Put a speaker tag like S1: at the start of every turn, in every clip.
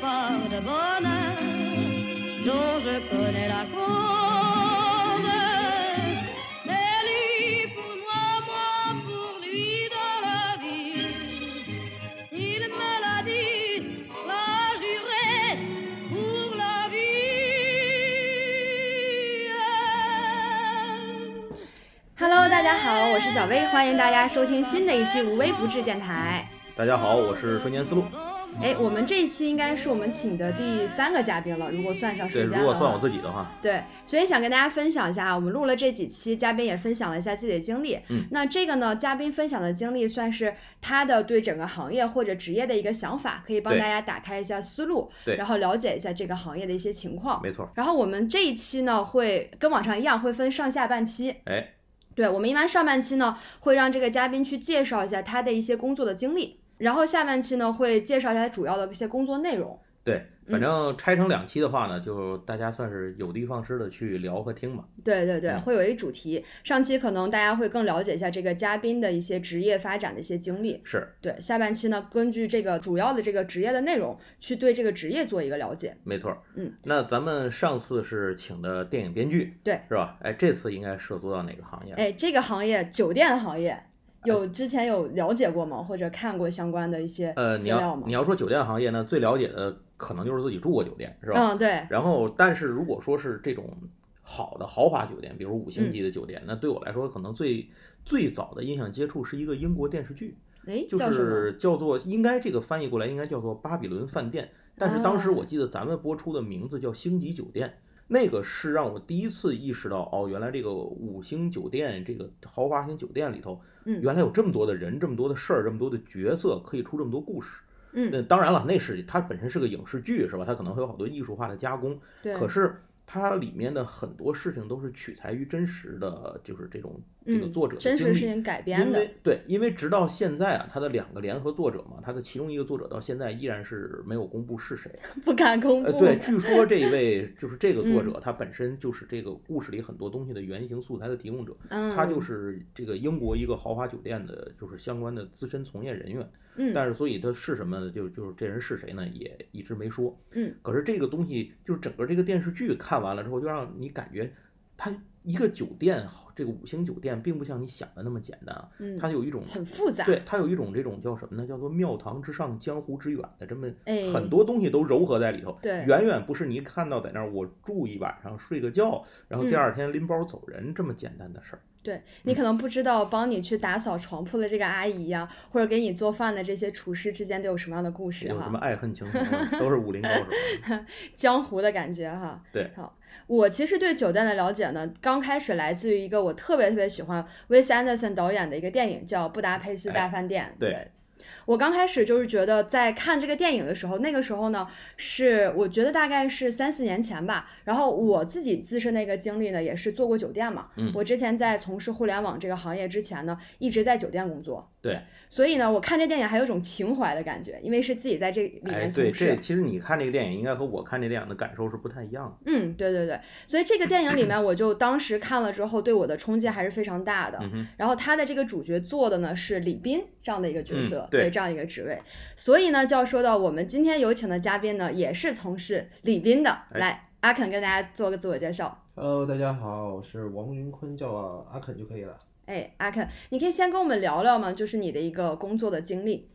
S1: part de bonheur dont je connais la cause. Mais lui pour moi, moi pour lui dans la vie. Il me l'a dit, l'a juré pour la vie.
S2: Hello，大家好，我是小薇，欢迎大家收听新的一期无微不至电台。
S3: 大家好，我是瞬间思路。
S2: 哎，我们这一期应该是我们请的第三个嘉宾了，如果算上
S3: 对，
S2: 时间啊
S3: 如果算我自
S2: 己。
S3: 己的话，
S2: 对，所以想跟大家分享一下，我们录了这几期，嘉宾也分享了一下自己的经历。
S3: 嗯
S2: 那这个呢，嘉宾分享的经历算是他的对整个行业或者职业的一个想法，可以帮
S3: 对
S2: 大家打开一下思路，
S3: 对
S2: 然后了解一下这个行业的一些情况。
S3: 没错。
S2: 然后我们这一期呢，会跟往常一样，会分上下半期。
S3: 哎，
S2: 对，我们一般上半期呢会让这个嘉宾去介绍一下他的一些工作的经历，然后下半期呢会介绍一下主要的一些工作内容。
S3: 对，
S2: 嗯
S3: 反正拆成两期的话呢，就大家算是有的放矢的去聊和听吧。
S2: 对对对，
S3: 嗯
S2: 会有一主题。上期可能大家会更了解一下这个嘉宾的一些职业发展的一些经历。
S3: 是，
S2: 对，下半期呢，根据这个主要的这个职业的内容，去对这个职业做一个了解。
S3: 没错。
S2: 嗯，
S3: 那咱们上次是请的电影编剧，
S2: 对，
S3: 是吧？哎，这次应该涉足到哪个行业？
S2: 哎，这个行业，酒店行业，有之前有了解过吗？或者看过相关的一些
S3: 呃，
S2: 资
S3: 你
S2: 料
S3: 要
S2: 吗
S3: 你？要说酒店行业呢，最了解的可能就是自己住过酒店，是吧？
S2: 嗯，对，
S3: 然后，但是如果说是这种好的豪华酒店，比如五星级的
S2: 嗯
S3: 酒店，那对我来说，可能最最早的印象接触是一个英国电视剧，
S2: 哎，
S3: 就
S2: 叫什么？
S3: 是叫做应该这个翻译过来应该叫做《巴比伦饭店》，但是当时
S2: 哦
S3: 我记得咱们播出的名字叫《星级酒店》，那个是让我第一次意识到哦，原来这个五星酒店这个豪华型酒店里头，
S2: 嗯
S3: 原来有这么多的人，这么多的事儿，这么多的角色，可以出这么多故事。
S2: 嗯
S3: 那当然了，那是它本身是个影视剧是吧？它可能会有好多艺术化的加工，
S2: 对，
S3: 可是。它里面的很多事情都是取材于真实的，就是这种这个
S2: 嗯
S3: 作者的
S2: 真
S3: 经
S2: 实
S3: 历
S2: 事情改编
S3: 因
S2: 的
S3: 为，对，因为直到现在啊，他的两个联合作者嘛，他的其中一个作者到现在依然是没有公布是谁。
S2: 不敢公布。嗯
S3: 呃，对，据说这一位就是这个作者，他本身就是这个故事里很多东西的原型素材的提供者，
S2: 嗯，
S3: 他就是这个英国一个豪华酒店的，就是相关的资深从业人员。
S2: 嗯，
S3: 但是，所以他是什么呢？就就是这人是谁呢？也一直没说。
S2: 嗯，
S3: 可是这个东西，就是整个这个电视剧看完了之后，就让你感觉，它一个酒店，好这个五星酒店，并不像你想的那么简单啊。
S2: 嗯，
S3: 它有一种
S2: 很复杂。
S3: 对，它有一种这种叫什么呢？叫做庙堂之上，江湖之远的这么
S2: 哎
S3: 很多东西都糅合在里头。
S2: 对
S3: 远远不是你一看到在那儿我住一晚上睡个觉，然后第
S2: 嗯
S3: 二天拎包走人这么简单的事儿。
S2: 对
S3: 嗯
S2: 你可能不知道，帮你去打扫床铺的这个阿姨呀、或者给你做饭的这些厨师之间都有什么样的故事
S3: 有什
S2: 哈，
S3: 么爱恨情仇的都是武林高 手。
S2: 江湖的感觉哈。
S3: 对，
S2: 好，我其实对酒店的了解呢，刚开始来自于一个我特别特别喜欢 Wes Anderson 导演的一个电影，叫《布达佩斯大饭店》。
S3: 哎对
S2: 我刚开始就是觉得在看这个电影的时候，那个时候呢，是我觉得大概是三四年前吧。然后我自己自身的一个经历呢，也是做过酒店嘛。
S3: 嗯
S2: 我之前在从事互联网这个行业之前呢，一直在酒店工作。
S3: 对
S2: 所以呢，我看这电影还有一种情怀的感觉，因为是自己在这里
S3: 哎，
S2: 面
S3: 对，
S2: 从事。
S3: 这其实你看这个电影，应该和我看这电影的感受是不太一样的。
S2: 嗯，对对对，所以这个电影里面，我就当时看了之后，对我的冲击还是非常大的。
S3: 嗯哼，
S2: 然后他的这个主角做的呢是李斌这样的一个角色，
S3: 嗯对
S2: 这样一个职位，所以呢就要说到我们今天有请的嘉宾呢也是从事李斌的，
S3: 哎
S2: 来阿肯跟大家做个自我介绍。
S4: Hello，大家好，我是王云坤，叫我阿肯就可以了。
S2: 哎，阿肯，你可以先跟我们聊聊吗？就是你的一个工作的经历。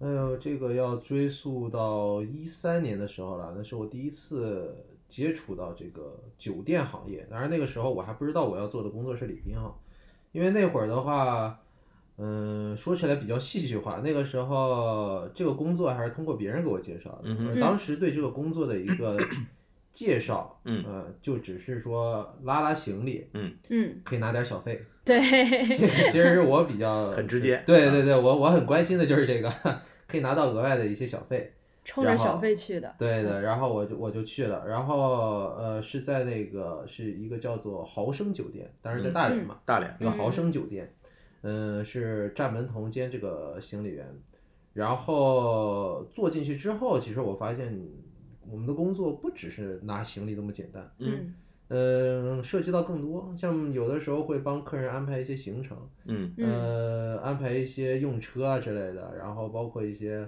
S4: 哎呦，这个要追溯到一三年的时候了，那是我第一次接触到这个酒店行业。当然那个时候我还不知道我要做的工作是礼宾哈，因为那会儿的话，嗯，说起来比较戏剧化。那个时候这个工作还是通过别人给我介绍的，
S3: 嗯哼
S4: 而当时对这个工作的一 个介绍，
S3: 嗯
S4: 呃，就只是说拉拉行李，
S2: 嗯，
S4: 可以拿点小费。
S2: 对，
S4: 这个 其实我比较
S3: 很直接
S4: 对对对，我我很关心的就是这个， 可以拿到额外的一些小费。
S2: 冲着小费去的。
S4: 对的，然后我就我就去了，然后呃是在那个是一个叫做豪生酒店，当时在大连嘛，
S3: 大连，
S4: 一个豪生酒店，嗯、是站门童兼这个行李员，然后坐进去之后，其实我发现我们的工作不只是拿行李这么简单，
S2: 嗯
S4: 嗯、涉及到更多，像有的时候会帮客人安排一些行程。
S3: 嗯
S2: 嗯
S4: 呃，安排一些用车啊之类的，然后包括一些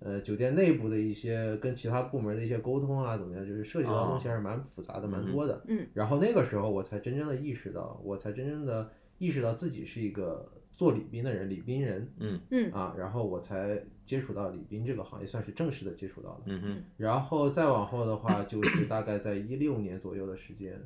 S4: 呃酒店内部的一些跟其他部门的一些沟通啊，怎么样，就是涉及到的东西还是蛮复杂的，蛮多的。
S2: 哦嗯，
S4: 然后那个时候我才真正的意识到，我才真正的意识到自己是一个做礼宾的人，礼宾人
S3: 嗯
S2: 嗯
S4: 啊，然后我才接触到礼宾这个行业，算是正式的接触到了。
S3: 嗯哼
S4: 然后再往后的话，就是大概在一六年左右的时间，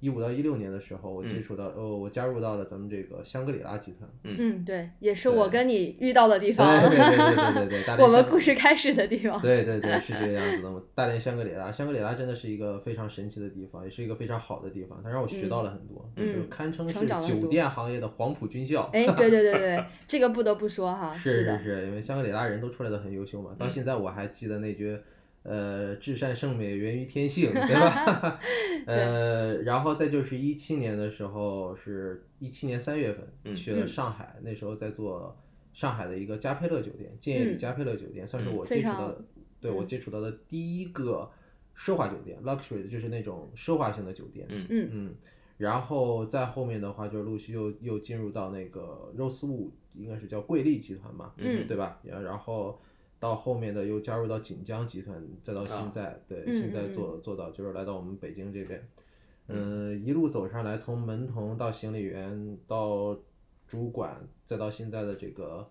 S4: 一五到一六年的时候，我接
S3: 嗯
S4: 触到，哦，我加入到了咱们这个香格里拉集团。
S2: 嗯，对，也是
S4: 对
S2: 我跟你遇到的地方，
S4: 哎对对对对对对，大 连
S2: 我们
S4: 香
S2: 故事开始的地方。
S4: 对对对，是这个样子的。大连香格里拉，香格里拉真的是一个非常神奇的地方，也是一个非常好的地方，它让我学到了很多，
S2: 嗯
S4: 就是堪称
S2: 成
S4: 是
S2: 长了很
S4: 酒
S2: 多
S4: 店行业的黄埔军 校。
S2: 哎，对对对对，这个不得不说哈，
S4: 是
S2: 啊的
S4: 是，是，因为香格里拉人都出来的很优秀嘛。到
S3: 嗯
S4: 现在我还记得那句，呃，至善圣美，源于天性，对吧？ 呃，然后再就是一七年的时候，是一七年三月份
S3: 嗯
S4: 去了
S2: 嗯
S4: 上海，那时候在做上海的一个嘉佩乐酒店，建业里
S2: 嗯
S4: 嘉佩乐酒店，算是
S3: 嗯
S4: 我
S2: 非
S4: 接触
S2: 常
S4: 到的，对我
S2: 嗯
S4: 接触到的第一个奢华酒店，luxury 的就是那种奢华型的酒店。
S3: 嗯
S2: 嗯
S4: 嗯，然后在后面的话，就是陆续又又进入到那个 Rosewood，应该是叫桂丽集团吧，
S2: 嗯
S4: 对吧？然然后到后面的又加入到锦江集团，再到现
S3: 啊
S4: 在，对，
S2: 嗯
S4: 现在
S2: 嗯
S4: 做做到就是来到我们北京这边，嗯、一路走上来，从门童到行李员到主管，再到现在的这个。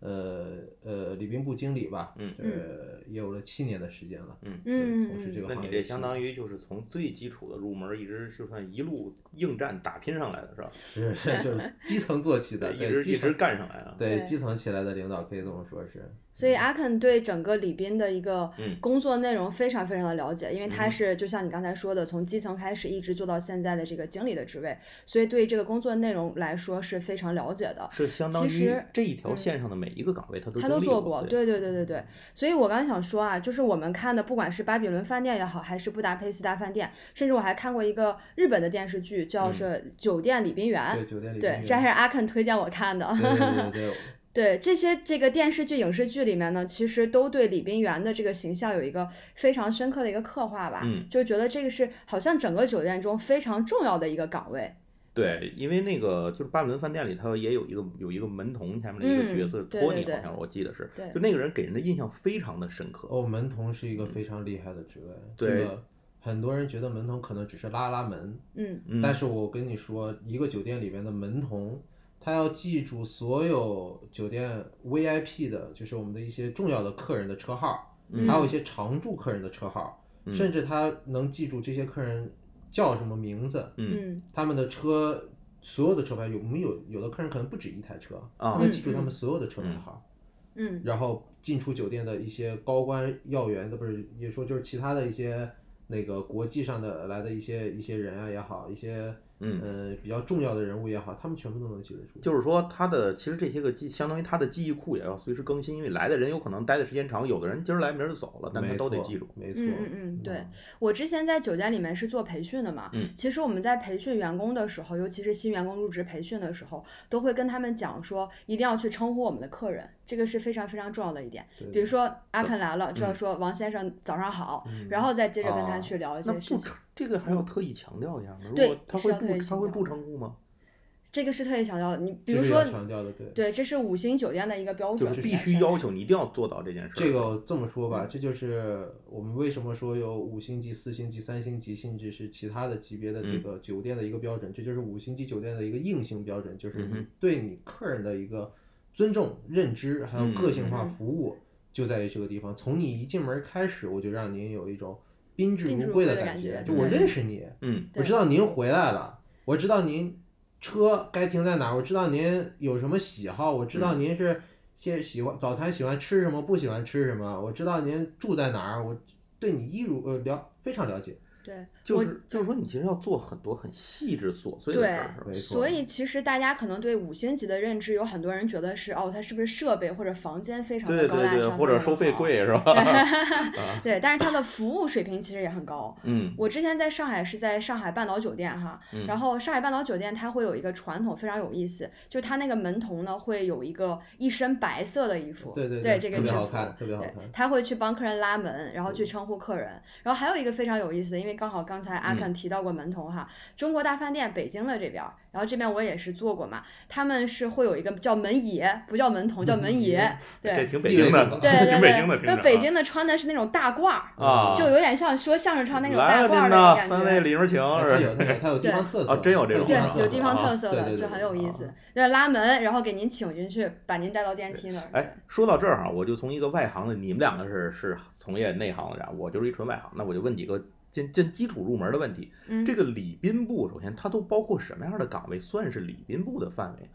S4: 呃呃，礼宾部经理吧，
S3: 嗯
S4: 呃，也有了七年的时间了，
S3: 嗯
S4: 对
S2: 嗯
S4: 从事这
S2: 嗯
S4: 个
S3: 那
S4: 行业，
S3: 你这相当于就是从最基础的入门，一直就算一路应战打拼上来的是吧？
S4: 是就是基层做起的，
S3: 一
S4: 对
S3: 直
S4: 基
S3: 一直
S4: 层
S3: 干上来啊。
S4: 对
S2: 对
S4: 基层起来的领导可以这么说是，
S2: 所以阿肯对整个里边的一个
S3: 嗯
S2: 工作内容非常非常的了解，因为他
S3: 嗯
S2: 是就像你刚才说的，从基层开始一直做到现在的这个经理的职位，所以对这个工作内容来说是非常了解的。
S3: 是相当
S2: 其
S3: 于
S2: 实
S3: 这一条线上的每一个岗位，他都
S2: 他
S3: 经历
S2: 做
S3: 过。
S2: 过，，对对对对
S4: 嗯
S2: 对，所以我刚想说啊，就是我们看的，不管是巴比伦饭店也好，还是布达佩斯大饭店，甚至我还看过一个日本的电视剧，叫
S3: 嗯
S2: 是《酒店礼宾员
S4: 对》，酒店里
S2: 啊对，这还是阿肯推荐我看的。
S4: 对对对对，
S2: 对这些这个电视剧、影视剧里面呢，其实都对李冰媛的这个形象有一个非常深刻的一个刻画吧，
S3: 嗯
S2: 就觉得这个是好像整个酒店中非常重要的一个岗位。
S3: 对，因为那个就是巴比伦饭店里头也有一个有一个门童下面的一个角
S2: 嗯
S3: 色，
S2: 对
S3: 托
S2: 对
S3: 尼好
S2: 对
S3: 像我记得是
S2: 对，
S3: 就那个人给人的印象非常的深刻。
S4: 哦，门童是一个非常厉害的职位，
S3: 对
S4: 这个很多人觉得门童可能只是拉拉门，
S2: 嗯
S3: 嗯
S4: 但是我跟你说，一个酒店里面的门童，他要记住所有酒店 VIP 的，就是我们的一些重要的客人的车号，
S2: 嗯
S4: 还有一些常住客人的车号，
S3: 嗯
S4: 甚至他能记住这些客人叫什么名字，
S3: 嗯
S2: 嗯
S4: 他们的车所有的车牌有，我们有有的客人可能不止一台车，
S3: 啊
S4: 他能记住他们所有的车牌号，
S2: 嗯
S4: 然后进出酒店的一些高官要员，那不是也说就是其他的一些那个国际上的来的一些一些人啊也好，一些
S3: 嗯
S4: 呃比较重要的人物也好，他们全部都能记得住。
S3: 就是说，他的其实这些个记，相当于他的记忆库也要随时更新，因为来的人有可能待的时间长，有的人今儿来明儿就走了，但他
S4: 没
S3: 都得
S4: 错
S3: 记住。
S4: 没错，
S2: 嗯嗯嗯，对。我之前在酒店里面是做培训的嘛，
S3: 嗯
S2: 其实我们在培训员工的时候，尤其是新员工入职培训的时候，都会跟他们讲说，一定要去称呼我们的客人，这个是非常非常重要的一点。
S4: 对
S2: 比如说阿肯来了，就要说王先生早上好，
S4: 嗯
S2: 然后再接着跟他
S3: 啊
S2: 去聊一
S3: 那
S2: 些事情。
S3: 不称这个还要特意强调一下吗？如
S2: 对
S3: 果他
S2: 是
S3: 会
S2: 要特
S3: 不
S2: 意
S3: 他
S2: 强
S3: 会
S2: 调
S3: 不
S2: 的
S3: 称呼吗？
S2: 这个是特别强调的。你比如
S4: 这个
S2: 说
S4: 要，强调的对。
S2: 对，这是五星酒店的一个标
S3: 就
S2: 准，
S3: 必须要求你一定要做到这件事儿。
S4: 这个这么说吧，这就是我们为什么说有五星级、四星级、三星级，甚至是其他的级别的这
S3: 嗯
S4: 个酒店的一个标准，这就是五星级酒店的一个硬性标准，就是
S3: 嗯
S4: 你
S3: 哼
S4: 对你客人的一个尊重、认知，还有个性化
S2: 嗯嗯
S4: 服务，就在于这个地方。从你一进门开始，我就让您有一种宾至
S2: 宾至
S4: 如
S2: 如
S4: 归
S2: 归
S4: 的
S2: 的
S4: 感
S2: 感
S4: 觉
S2: 觉，
S4: 就我
S2: 对
S4: 认识你，
S3: 嗯
S4: 我
S2: 对
S4: 知道您回来了，我知道您车该停在哪儿，我知道您有什么喜好，我知道您是现喜欢早餐喜欢吃什么，不喜欢吃什么，我知道您住在哪儿，我对你一如呃了非常了解。
S2: 对，
S3: 就
S2: 我
S3: 是就是说，你其实要做很多很细致琐碎的
S2: 对
S3: 事儿，是吧
S4: 没错
S2: 所以其实大家可能对五星级的认知，有很多人觉得是哦，它是不是设备或者房间非常的
S3: 对
S2: 高大
S3: 对对，
S2: 上，
S3: 或者收 费。贵是吧？啊
S2: 对，但是它的服务水平其实也很高。
S3: 嗯
S2: 我之前在上海是在上海半岛酒店哈，
S3: 嗯，
S2: 然后上海半岛酒店它会有一个传统，非常有意思，就是它那个门童呢会有一个一身白色的衣服，
S4: 对
S2: 对
S4: 对，
S2: 这个
S4: 特别
S2: 制
S4: 好
S2: 服，
S4: 看，特别好
S2: 对
S4: 看，。
S2: 他会去帮客人拉门，然后去称呼客人。然后还有一个非常有意思的，因为为刚好刚才阿肯提到过门头哈，中国大饭店北京的这边儿，然后这边我也是做过嘛，他们是会有一个叫门爷，不叫门童，叫门爷，对
S5: 这
S2: 对
S5: 挺北京的，
S4: 对
S2: 对
S5: 挺北京的，
S2: 对，
S5: 听着
S2: 那
S5: 啊。
S2: 北京的穿的是那种大褂儿，
S3: 啊，
S2: 就有点像说相声唱那种大
S3: 来了，
S2: 褂儿
S3: 您
S2: 的那
S3: 呐，
S2: 种
S3: 三
S2: 感
S3: 位
S2: 觉。
S3: 李荣请，
S4: 它啊有那个它有地方特色
S3: 啊真有这种
S4: 地
S2: 对
S4: 方特，色
S2: 有地方
S3: 啊
S2: 特色
S4: 对
S2: 的，
S4: 对对
S2: 就很有
S4: 对
S2: 意
S4: 啊
S2: 思。对，拉门，然后给您请进去，把您带到电梯那儿。对
S3: 哎，说到这儿哈、我就从一个外行的，你们两个是是从业内行的人，啊我就是一纯外行。那我就问几个进进基础入门的问题。
S2: 嗯
S3: 这个礼宾部，首先它都包括什么样的岗位算是礼宾部的范围呢？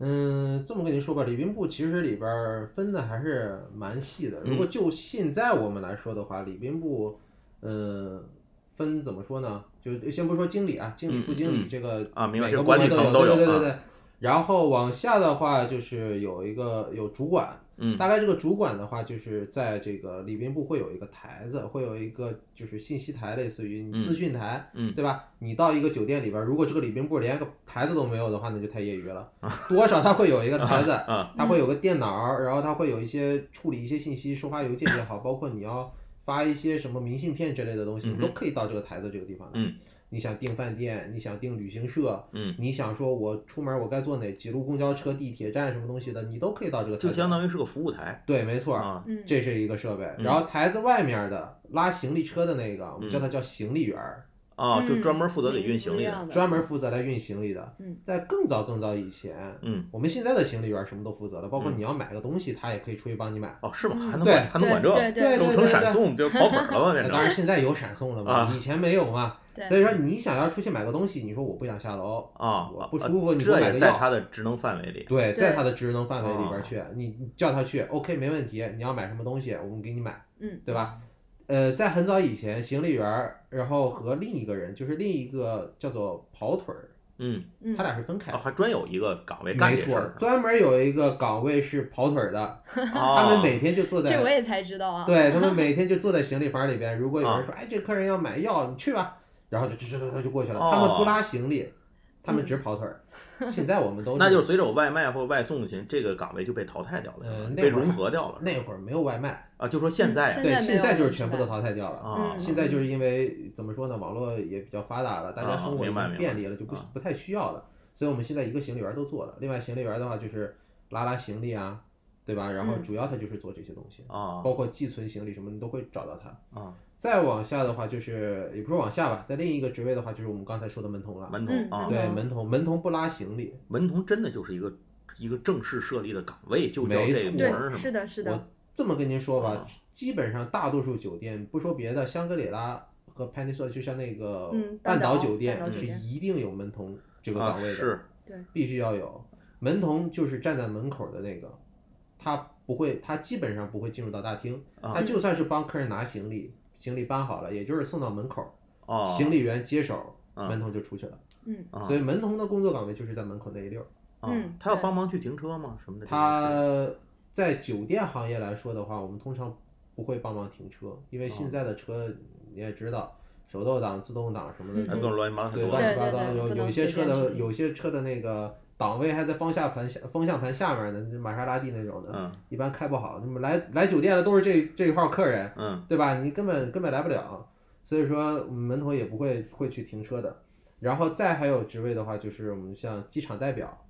S4: 嗯，这么跟您说吧，礼宾部其实里边儿分的还是蛮细的。如
S3: 嗯
S4: 果就现在我们来说的话，礼宾部，呃，分怎么说呢？就先不说经理啊，经理、
S3: 嗯
S4: 副经
S3: 嗯
S4: 理
S3: 嗯
S4: 这个
S3: 啊明白
S4: 每个
S3: 就管理
S4: 部门
S3: 层都有
S4: 有，对对
S3: 啊
S4: 对对。然后往下的话，就是有一个有主管，
S3: 嗯
S4: 大概这个主管的话，就是在这个礼宾部会有一个台子，会有一个就是信息台，类似于
S3: 嗯
S4: 你资讯台，
S3: 嗯
S4: 对吧？你到一个酒店里边儿，如果这个礼宾部连个台子都没有的话，那就太业余了。多少它会有一个台子，
S3: 啊
S4: 它会有个电脑儿，然后它会有一些处理一些信息，收发邮件也好，包括你要发一些什么明信片之类的东
S3: 嗯
S4: 西，你
S3: 哼
S4: 都可以到这个台子这个地方来。
S3: 嗯
S4: 你想订饭店，你想订旅行社，
S3: 嗯，
S4: 你想说我出门我该坐哪几路公交车、地铁站什么东西的，你都可以到这个台子。
S3: 就相
S4: 于
S3: 当于是个服务台
S4: 对，没错儿，
S3: 啊。
S2: 嗯，
S4: 这是一个设备。
S3: 嗯
S4: 然后台子外面的拉行李车的那个，我们叫它叫行李员儿。
S3: 啊，就
S2: 嗯
S3: 专门负责给运
S2: 名字
S3: 行
S2: 不一
S3: 李的
S2: 样的，
S4: 专门负责来运行李的。
S2: 嗯，
S4: 在更早更早以前，
S3: 嗯，
S4: 我们现在的行李员什么都负责了，包括
S3: 嗯
S4: 你要买个东西，他也可以出去帮你买。
S3: 哦，是吗？
S2: 嗯
S3: 还能
S4: 对
S3: 管还能管这
S2: 对
S3: 个，
S2: 对
S4: 对
S3: 这不
S4: 对
S3: 成闪送就跑腿儿 了吗？变
S4: 那当然，
S3: 成
S4: 现在有闪送了嘛
S3: 啊，
S4: 以前没有嘛。
S2: 对
S4: 所以说，你想要出去买个东西，你说我不想下楼，
S3: 啊，
S4: 我不
S3: 啊
S4: 舒服你给
S3: 这
S4: 我买
S3: 也
S4: 个
S3: 在
S4: 药
S3: 他的职能范围里。
S4: 对，在
S2: 对
S4: 他的职能范围里
S3: 哦
S4: 边去，你你叫他去，OK，没问题。你要买什么东西，我们给你买，
S2: 嗯，
S4: 对吧？呃，在很早以前，行李员儿，然后和另一个人，就是另一个叫做跑腿儿，
S3: 嗯，
S2: 嗯
S4: 他俩是分开
S3: 哦，
S4: 的。
S3: 还专有一个岗位干
S4: 没
S3: 这事
S4: 错
S3: 儿，。
S4: 专门有一个岗位是跑腿儿的，
S3: 他
S4: 他们每天就坐在，
S2: 这我也才知道啊。
S4: 对他们每天就坐 在行李房里边。如果有
S3: 哦
S4: 人说，哎，这客人要买药，你去吧，然后就就就就就过去了。
S3: 哦
S4: 他们不拉行李，他
S2: 嗯
S4: 们只跑腿儿。现在我们都
S3: 那就是随着有外卖或外送型，这个岗位就被淘汰掉了，
S4: 呃那
S3: 被
S4: 会儿
S3: 融合掉了
S4: 那会儿没有外卖，
S3: 啊。就说现
S2: 嗯
S3: 在
S2: 现
S4: 对，
S2: 在没有
S4: 现在就是全部都淘汰掉了。
S3: 啊，
S2: 嗯
S4: 现在就是因为怎么说呢，网络也比较发达了，大家生
S3: 哦
S4: 活已
S3: 明白
S4: 经
S3: 明白
S4: 便利了，就不
S3: 啊
S4: 不太需要了。所以我们现在一个行李员都做了，另外行李员的话就是拉拉行李啊，对吧？然后
S2: 嗯
S4: 主要他就是做这些东西，
S3: 啊
S4: 包括寄存行李什么，你都会找到他。
S3: 啊，
S4: 再往下的话，就是也不是往下吧，在另一个职位的话，就是我们刚才说的门童了。
S3: 门
S2: 嗯
S3: 童啊，
S4: 对
S2: 童
S4: 门童，门童不拉行李，
S3: 门童真的就是一个一个正式设立的岗位，就叫
S4: 没
S3: 这个
S4: 错
S3: 名
S2: 对，
S3: 儿是吗？
S2: 是的，是的
S4: 我，这么跟您说吧，
S3: 啊
S4: 基本上大多数酒店，不说别的，香格里拉和 p a n i s o 就像那个
S2: 嗯
S4: 半
S2: 半岛
S4: 酒店，
S2: 半岛酒
S4: 是
S2: 店
S4: 一定有门童这个
S3: 啊，
S4: 岗位的，
S3: 是
S4: 必须要有。门童就是站在门口的那个，他不会，他基本上不会进入到大厅，
S3: 啊
S4: 他就算是帮客人拿行李，行李搬好了，也就是送到门口，
S3: 哦，
S4: 行李员接手，
S3: 啊
S4: 门童就出去了。
S2: 嗯
S3: 啊
S4: 所以门童的工作岗位就是在门口那一溜儿。
S3: 啊
S2: 嗯，
S3: 他要
S2: 对
S3: 帮忙去停车吗？什么的这种事？
S4: 他在酒店行业来说的话，我们通常不会帮忙停车，因为
S3: 啊
S4: 现在的车你也知道，手动挡、自动挡什么
S2: 嗯
S3: 他
S4: 的，
S3: 这种乱七八糟太
S4: 对
S3: 多
S4: 乱
S3: 了
S4: 七八糟，
S2: 对对对不
S4: 有
S2: 能
S4: 有些
S2: 随
S4: 车
S2: 便去
S4: 的
S2: 停
S4: 有些车的那个档位还在方向盘下方向盘下面呢，玛莎拉蒂那种的，
S3: 嗯
S4: 一般开不好。那么来来酒店的都是这这一号客人，
S3: 嗯
S4: 对吧？你根本根本来不了，所以说我们门头也不会会去停车的。然后再还有职位的话，就是我们像机场代表，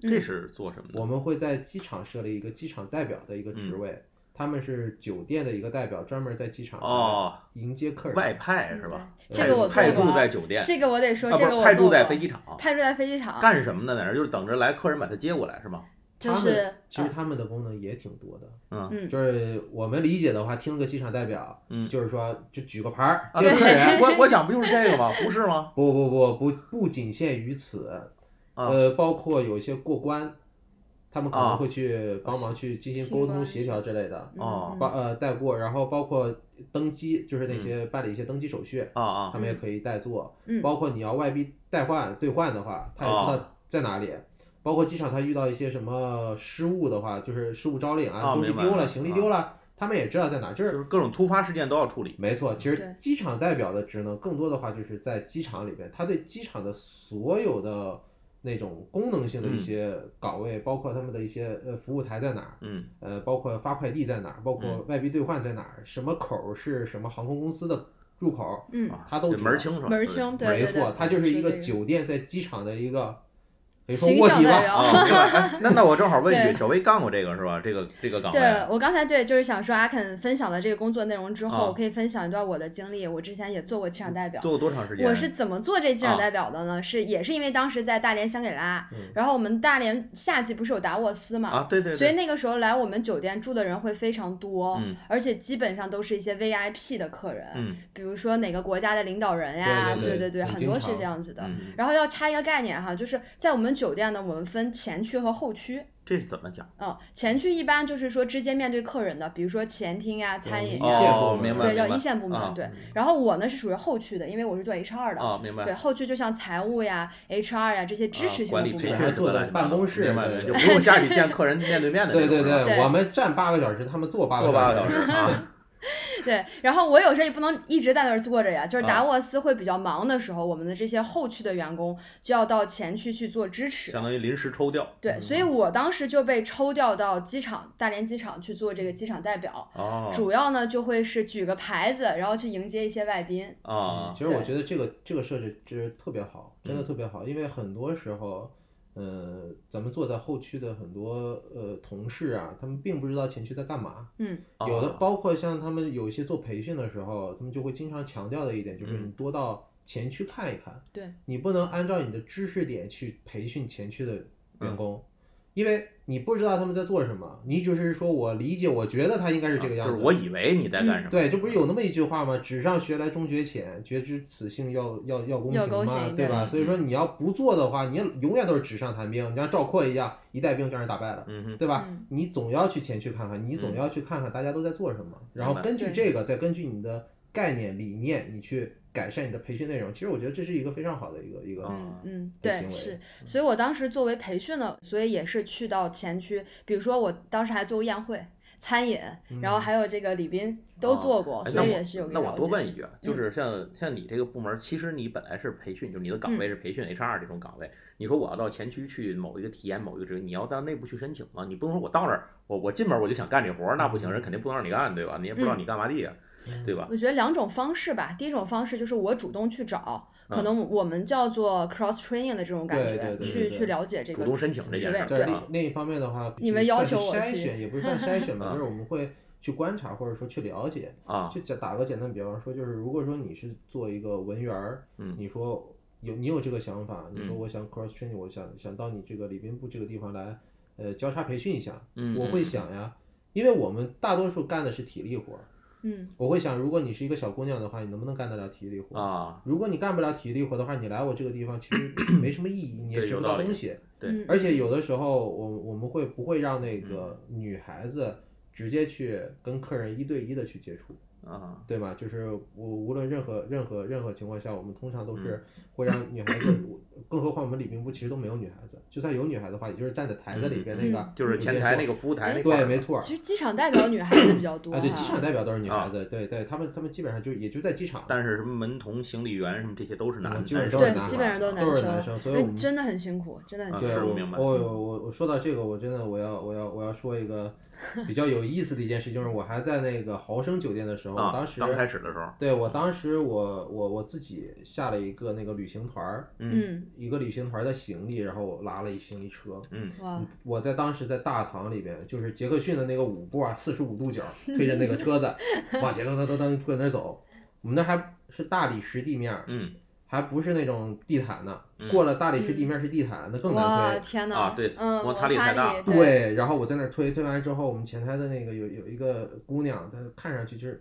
S3: 这是做什么的？
S4: 我们会在机场设立一个机场代表的一个
S3: 嗯
S4: 职位，他们是酒店的一个代表，专门在机场
S3: 哦，
S4: 迎接客人。
S3: 外派
S2: 嗯
S3: 是吧？
S2: 对这个我
S3: 派
S2: 做
S3: 驻
S2: 过
S3: 在
S2: 啊，
S3: 酒店，
S2: 这个我得说，
S3: 啊
S2: 这个
S3: 不是
S2: 我
S3: 派
S2: 做
S3: 驻在
S2: 过啊
S3: 飞机场，
S2: 派驻在飞机场，
S3: 干什么呢？在那儿就是等着来客人把他接过来是吗？
S2: 就
S4: 他
S2: 是
S4: 们其实
S2: 呃
S4: 他们的功能也挺多的，
S3: 嗯
S2: 嗯，
S4: 就是我们理解的话，听个机场代表，
S3: 嗯，
S4: 就是说就举个牌儿
S3: 啊，
S4: 接客人。
S3: 我我想不就是这个吗？不 是吗？
S4: 不不不不不仅限于此，
S3: 啊
S4: 呃，包括有一些过关，他们可
S3: 啊
S4: 能会去帮忙去进行沟
S2: 清关
S4: 通协调之类的，
S3: 哦
S2: 嗯
S4: 帮呃带过，然后包括登机，就是
S3: 嗯
S4: 那些办理一些登机手续，
S3: 啊啊
S4: 他们也可以代做。
S2: 嗯
S4: 包括你要外币代换兑换的话，他也知
S3: 哦
S4: 道在哪里。包括机场他遇到一些什么失误的话，就是失物招领
S3: 哦
S4: 啊，东西
S3: 明白
S4: 丢
S3: 了
S4: 了，行李
S3: 啊
S4: 丢了，他们也知道在哪。就
S3: 就是是各种突发事件都要处理。
S4: 没错，其
S2: 对
S4: 实机场代表的职能更多的话就是在机场里边，他对机场的所有的那种功能性的
S3: 嗯
S4: 一些岗位，包括他们的一些呃服务台在哪儿，
S3: 嗯
S4: 呃，包括发快递在哪儿，包括
S3: 嗯
S4: 外币兑换在哪儿，什么口儿是什么航空公司的入口，
S2: 嗯，
S3: 啊
S4: 他都
S3: 这
S4: 知
S3: 门儿
S4: 道
S3: 清楚，
S2: 门儿
S3: 对哦
S2: 清，对
S4: 没
S2: 对
S4: 错
S2: 对，，
S4: 它就是一
S2: 这
S4: 个
S2: 意思
S4: 酒店在机场的一个，可以说
S2: 形
S4: 卧
S2: 象
S4: 底
S2: 代
S4: 吧。
S2: 表。
S3: 啊，明 白。那那我正好问一
S2: 对
S3: 句，小薇干过这个是吧？这个这个岗位
S2: 对我刚才对就是想说，阿肯分享了这个工作内容之后，
S3: 啊
S2: 我可以分享一段我的经历。我之前也做过机场代表，
S3: 做过多长时间？
S2: 我是怎么做这机场
S3: 啊
S2: 代表的呢？是也是因为当时在大连香格里拉，
S4: 嗯
S2: 然后我们大连夏季不是有达沃斯嘛，
S3: 啊，对对
S2: 所以
S3: 对，
S2: 那个时候来我们酒店住的人会非常多，
S3: 嗯
S2: 而且基本上都是一些 VIP 的客人，
S3: 嗯
S2: 比如说哪个国家的领导人呀，
S4: 对
S2: 对
S4: 对对很
S2: 很
S4: 经
S2: 多是
S4: 常
S2: 这样子的。
S3: 嗯，
S2: 然后要插一个概念哈，就是在我们酒店呢，我们分前区和后区。
S3: 这是怎么讲？
S2: 嗯，前区一般就是说直接面对客人的，比如说前厅呀、餐饮
S4: 嗯一
S2: 呀，
S4: 线
S3: 哦
S4: 部，门
S3: 明白，
S2: 对，叫
S3: 明白
S2: 一线部门。
S3: 啊
S2: 对，然后我呢是属于后区的，因为我是做 HR 的。
S3: 啊，明白
S2: 对，。后区就像财务呀、HR 呀这些支
S3: 啊
S2: 持性
S3: 管
S2: 的
S3: 理
S2: 部
S3: 培
S4: 培
S2: 门
S4: 训。
S3: 训，
S4: 坐在办公室
S3: 明白
S4: 对
S3: 就不用下去见客人面对面的那
S4: 对
S3: 种，
S4: 对
S3: 是吧
S2: 对
S4: 我们站八个小时，他们坐八
S3: 坐
S4: 个
S3: 八
S4: 小
S3: 个小时啊，
S2: 对，然后我有时候也不能一直在那儿坐着呀，就是达
S3: 啊
S2: 沃斯会比较忙的时候，我们的这些后区的员工就要到前区去做支持。
S3: 相当于临时抽调
S2: 对，所以
S3: 嗯
S2: 我当时就被抽调到机场大连机场去做这个机场代表，
S3: 哦
S2: 主要呢就会是举个牌子，然后去迎接一些外宾。
S3: 啊
S4: 嗯，其实我
S2: 对
S4: 觉得这个这个设置真是特别好，真的
S3: 嗯
S4: 特别好，因为很多时候，呃，咱们坐在后区的很多呃同事啊，他们并不知道前区在干嘛。
S2: 嗯，
S4: 有的
S3: 哦
S4: 包括像他们有一些做培训的时候，他们就会经常强调的一点就是
S3: 嗯
S4: 你多到前区看一看，
S2: 对，
S4: 你不能按照你的知识点去培训前区的
S3: 嗯
S4: 员工，因为你不知道他们在做什么，你只是说我理解，我觉得他应该是这个样
S3: 啊就
S4: 子，嗯
S3: 是我以为你在干什么，
S4: 对，这不是有那么一句话吗？纸上学来终觉浅，觉知此性要要要躬
S2: 要
S4: 行
S2: 躬
S4: 嘛
S2: 行，
S4: 对吧？
S2: 对
S4: 所以说
S3: 嗯
S4: 你要不做的话，你永远都是纸上谈兵。你像赵括一样，一带兵将人打败了，
S3: 嗯哼，
S4: 对吧？
S2: 嗯
S4: 你总要去前去看看，你
S3: 嗯
S4: 总要去看看大家都在做什么，然
S3: 明
S4: 后
S3: 白
S4: 根据
S2: 对
S4: 这个，再根据你的概念理念，你去改善你的培训内容。其实我觉得这是一个非常好的一个一个。
S2: 嗯
S3: 啊
S2: 嗯，
S4: 的
S2: 对，
S4: 行为
S2: 是，所以我当时作为培训的，所以也是去到前区，比如说我当时还做过宴会、餐饮，
S4: 嗯
S2: 然后还有这个礼宾都
S3: 嗯哦
S2: 做过，
S3: 哎
S2: 所以
S3: 那我
S2: 也是有一
S3: 那
S2: 个
S3: 我
S2: 了
S3: 多
S2: 解。嗯
S3: 问一句啊，就是像像你这个部门儿，其实你本来是培训，就是你的岗
S2: 嗯
S3: 位是培训 HR 这种岗位。你说我要到前区去某一个体验某一个职位，你要到内部去申请吗？你不能说我到那儿，我我进门我就想干这活儿，那不行，人肯定不能让你干，对吧？你也不知
S2: 嗯
S3: 道你干嘛地呀，对吧？
S2: 我觉得两种方式吧，第一种方式就是我主动去找，可
S3: 嗯
S2: 能我们叫做 cross training 的这种感
S4: 对
S2: 觉，
S4: 对对
S2: 去
S4: 对
S2: 去
S4: 对
S2: 了解这
S3: 主
S2: 个
S3: 动申请这件事
S2: 职
S4: 但
S2: 位
S3: 儿
S4: 是
S3: 啊
S4: 另，另一方面的话，
S2: 你们要求我
S4: 算是
S2: 去
S4: 筛选，也不是算筛选 吧，
S3: 啊
S4: 就是我们会去观察或者说去了解，
S3: 啊，
S4: 就打打个简单比方说，就是如果说你是做一个文员儿，
S3: 嗯
S4: 你说有你有这个想法，你说
S3: 嗯
S4: 我想 cross training，我想想到你这个礼宾部这个地方来，呃，交叉培训一下，
S3: 嗯
S4: 我会想呀，因为我们大多数干的是体力活儿，
S2: 嗯
S4: 我会想，如果你是一个小姑娘的话，你能不能干得了体力活儿？
S3: 啊，
S4: 如果你干不了体力活儿的话，你来我这个地方其 实没什么意义，你也
S3: 对
S4: 学
S3: 有
S4: 不
S3: 道
S4: 到
S3: 理
S4: 东西。
S3: 对
S2: 嗯
S4: 而且有的时候，我我们会不会让
S3: 嗯
S4: 那个女孩子直接去跟客人一对一的去接触？
S3: 啊，
S4: 对吧？就是我无论任何任何任何情况下，我们通常都是
S3: 嗯
S4: 会让女孩子，更何况我们礼宾部其实都没有女孩子，就算有女孩子的话，也就是站在台子里边那个，
S3: 嗯就是前台那
S4: 个，
S3: 个服务台那块
S4: 哎对，
S3: 儿
S4: 没错。
S2: 其实机场代表女孩子比较多
S4: 啊，
S2: 哈。
S4: 对，机场代表都是女
S3: 啊
S4: 孩子，对对，他们他们基本上就也就在机场，
S3: 但是什么门童、行李员什么这些都是男，
S4: 嗯基本上
S2: 对
S3: 男
S4: 都是男，孩
S2: 基本上都是
S4: 都是男生所以
S2: 那
S4: 我们
S2: 真的很辛苦，真的很
S3: 啊
S2: 辛
S4: 对，
S3: 是
S2: 苦。
S3: 我
S4: 我
S3: 明白
S4: 我有我我说到这个，我真的我要我要我要说一个比较有意思的一件事，就是我还在那个豪生酒店的时候，
S3: 啊
S4: 当，时
S3: 刚开始的时候，
S4: 对我当时我我我自己下了一个那个旅行团儿，
S2: 嗯，
S4: 一个旅行团儿的行李，然后我拉了一行李车。
S3: 嗯，
S2: 哇，
S4: 我在当时在大堂里边，就是杰克逊的那个舞步啊，四十五度角推着那个车子往前噔噔噔噔跟那儿走。我们那还是大理石地面儿，
S3: 嗯
S4: 还不是那种地毯呢
S3: 嗯。
S4: 过了大理石地面儿是地毯，那更难
S2: 哇，
S4: 推。
S2: 天哪！
S3: 啊对
S2: 嗯，
S3: 摩
S2: 摩
S3: 擦力太大
S2: 对，
S4: 对，然后我在那儿推，推完之后，我们前台的那个有有一个姑娘，她看上去就是。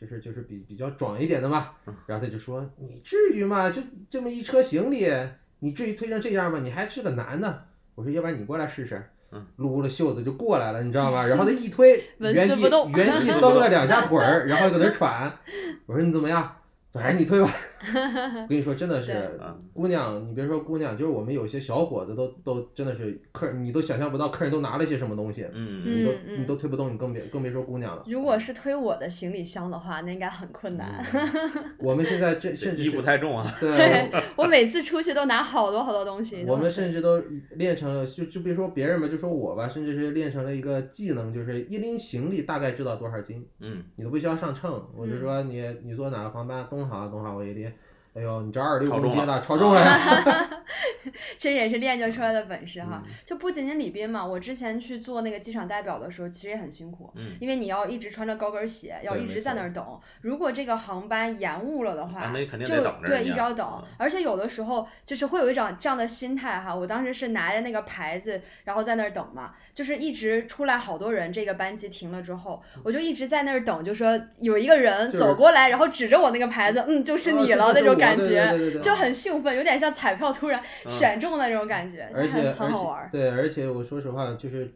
S4: 就是就是比比较壮一点的吧，
S2: 嗯
S4: 然后她就说：“你至于吗？就这么一车行李，你至于推成这样吗？你还是个男的。”我说：“要不然你过来试试。
S3: 嗯”
S4: 撸了袖子就过来了，你知道吗？然后他一推，
S2: 纹
S4: 原
S2: 丝
S4: 地
S2: 不动
S4: 原地蹬了两下腿儿，然后搁那儿喘。我说：“你怎么样？”反正你推吧。 我跟你说，真的是
S2: 对
S3: 嗯
S4: 姑娘，你别说姑娘，就是我们有些小伙子都都真的是客人，你都想象不到客人都拿了些什么东西，
S3: 嗯
S4: 你都
S2: 嗯嗯
S4: 你都推不动，你更别更别说 姑娘了。
S2: 如果是推我的行李箱的话，那应该很困难。
S4: 嗯我们现在这甚至
S3: 衣服
S4: 是
S3: 太重啊，
S4: 对，
S2: 我每次出去都拿好多好多 东西。
S4: 我们甚至都练成了，就就别说别人吧，就说我吧，甚至是练成了一个技能，就是一拎行李大概知道多少斤，
S3: 嗯，
S4: 你都不需要上秤。我就说
S2: 嗯
S4: 你你坐哪个航班，东航东航我一拎，哎呦，你这二十六
S3: 超
S4: 公
S3: 重
S4: 斤
S3: 了
S4: 了，超重了。
S2: 这也是练就出来的本事哈。
S4: 嗯
S2: 就不仅仅李斌嘛，我之前去做那个机场代表的时候，其实也很辛苦，
S3: 嗯
S2: 因为你要一直穿着高跟鞋，要一
S4: 没
S2: 直在
S4: 错
S2: 那儿等。如果这个航班延误了的话，
S3: 啊那肯定
S2: 就
S3: 得等着人
S2: 对，
S3: 家
S2: 一直要等
S3: 嗯。
S2: 而且有的时候就是会有一种这样的心态哈，我当时是拿着那个牌子，然后在那儿等嘛，就是一直出来好多人，这个班级停了之后，
S3: 嗯
S2: 我就一直在那儿等，就说有一个人
S4: 就是
S2: 走过来，然后指着我那个牌子，嗯， 就是你了、
S4: 啊
S2: 那
S4: 这就是
S2: 种
S4: 我
S2: 感觉。
S4: 对对对对对
S2: 就很兴奋，有点像彩票突然
S3: 啊嗯
S2: 选中的那种感觉，
S4: 而
S2: 就
S4: 且
S2: 很很好玩
S4: 而且
S2: 儿。
S4: 对，而且我说实话，就是